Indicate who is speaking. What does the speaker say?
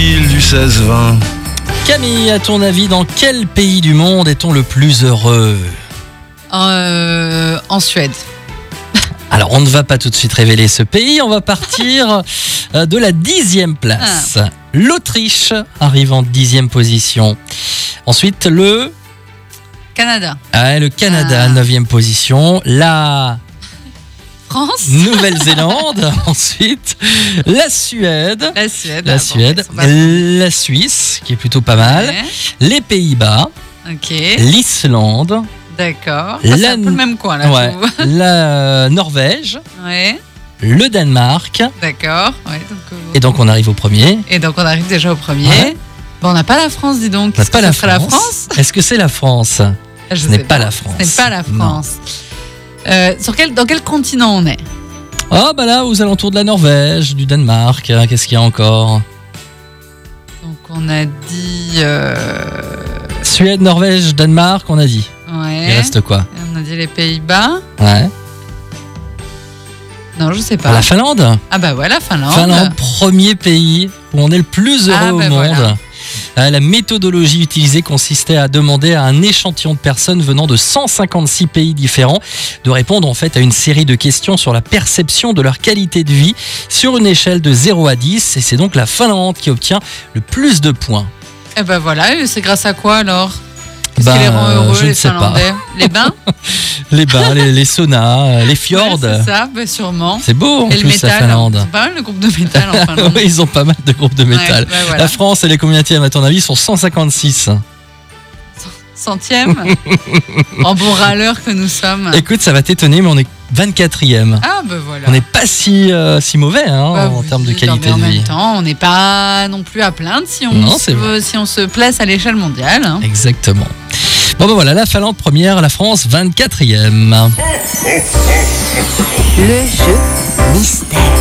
Speaker 1: 16-20.
Speaker 2: Camille, à ton avis, dans quel pays du monde est-on le plus heureux
Speaker 3: Euh, en Suède.
Speaker 2: Alors, on ne va pas tout de suite révéler ce pays, on va partir euh, de la dixième place.
Speaker 3: Ah.
Speaker 2: L'Autriche arrive en dixième position. Ensuite, le,
Speaker 3: Canada.
Speaker 2: ah, le Canada,
Speaker 3: Ah.
Speaker 2: neuvième position. La
Speaker 3: France.
Speaker 2: Nouvelle-Zélande, ensuite la Suède.
Speaker 3: La Suède.
Speaker 2: La
Speaker 3: Ah bon,
Speaker 2: Suède,
Speaker 3: ils sont pas-
Speaker 2: la Suisse, qui est plutôt pas mal, les Pays-Bas,
Speaker 3: Ouais, Ok.
Speaker 2: l'Islande,
Speaker 3: D'accord. Ah, C'est
Speaker 2: La-
Speaker 3: un peu le même coin là.
Speaker 2: ouais,
Speaker 3: je trouve.
Speaker 2: la Norvège,
Speaker 3: Ouais.
Speaker 2: le Danemark.
Speaker 3: D'accord. Ouais, donc, euh,
Speaker 2: Et donc on arrive au premier.
Speaker 3: et donc on arrive déjà au premier.
Speaker 2: Ouais.
Speaker 3: Bon, on n'a pas la France, dis donc.
Speaker 2: On n'a
Speaker 3: Est-ce que
Speaker 2: pas
Speaker 3: ce
Speaker 2: la
Speaker 3: serait
Speaker 2: France. Est-ce que c'est la France
Speaker 3: Ah, je
Speaker 2: Ce n'est
Speaker 3: sais
Speaker 2: pas la France.
Speaker 3: Ce n'est pas la
Speaker 2: Non.
Speaker 3: France. Euh, sur quel, dans quel continent on est
Speaker 2: Ah bah là, aux alentours de la Norvège, du Danemark, hein, qu'est-ce qu'il y a encore
Speaker 3: Donc on a dit. euh,
Speaker 2: Suède, Norvège, Danemark, on a dit. Il
Speaker 3: ouais.
Speaker 2: reste quoi
Speaker 3: On a dit les Pays-Bas.
Speaker 2: Ouais.
Speaker 3: Non, je sais
Speaker 2: Ah,
Speaker 3: pas.
Speaker 2: La Finlande
Speaker 3: Ah bah voilà, Finlande.
Speaker 2: Finlande, premier pays où on est le plus heureux
Speaker 3: Ah,
Speaker 2: au
Speaker 3: bah
Speaker 2: monde.
Speaker 3: voilà.
Speaker 2: Euh, La méthodologie utilisée consistait à demander à un échantillon de personnes venant de 156 pays différents de répondre en fait à une série de questions sur la perception de leur qualité de vie sur une échelle de 0 à 10 et c'est donc la Finlande qui obtient le plus de points.
Speaker 3: Eh ben voilà, et c'est grâce à quoi alors Qu'est-ce
Speaker 2: Bah,
Speaker 3: qui les rend heureux,
Speaker 2: je ne
Speaker 3: les
Speaker 2: sais pas.
Speaker 3: Finlandais Les bains
Speaker 2: Les bains, les, les saunas, euh, les fjords,
Speaker 3: Ouais, C'est ça, bah, sûrement.
Speaker 2: c'est beau en
Speaker 3: et le
Speaker 2: plus la
Speaker 3: métal.
Speaker 2: Finlande.
Speaker 3: C'est pas mal le groupe de métal en Finlande.
Speaker 2: Oui, ils ont pas mal de groupes de
Speaker 3: Ouais,
Speaker 2: métal.
Speaker 3: bah voilà.
Speaker 2: La France, elle est communicative à ton avis sont 156.
Speaker 3: Centième En bon râleur que nous sommes.
Speaker 2: Écoute, ça va t'étonner, mais on est 24e.
Speaker 3: Ah ben voilà.
Speaker 2: On n'est pas si, euh, si mauvais hein,
Speaker 3: Bah
Speaker 2: en
Speaker 3: oui,
Speaker 2: termes de
Speaker 3: non,
Speaker 2: qualité
Speaker 3: mais en
Speaker 2: de vie.
Speaker 3: même temps, on n'est pas non plus à plaindre si on,
Speaker 2: Non, c'est
Speaker 3: se, si on se place à l'échelle mondiale. hein.
Speaker 2: Exactement. Bon ben voilà, la Finlande première, la France 24e.
Speaker 4: Le jeu mystère.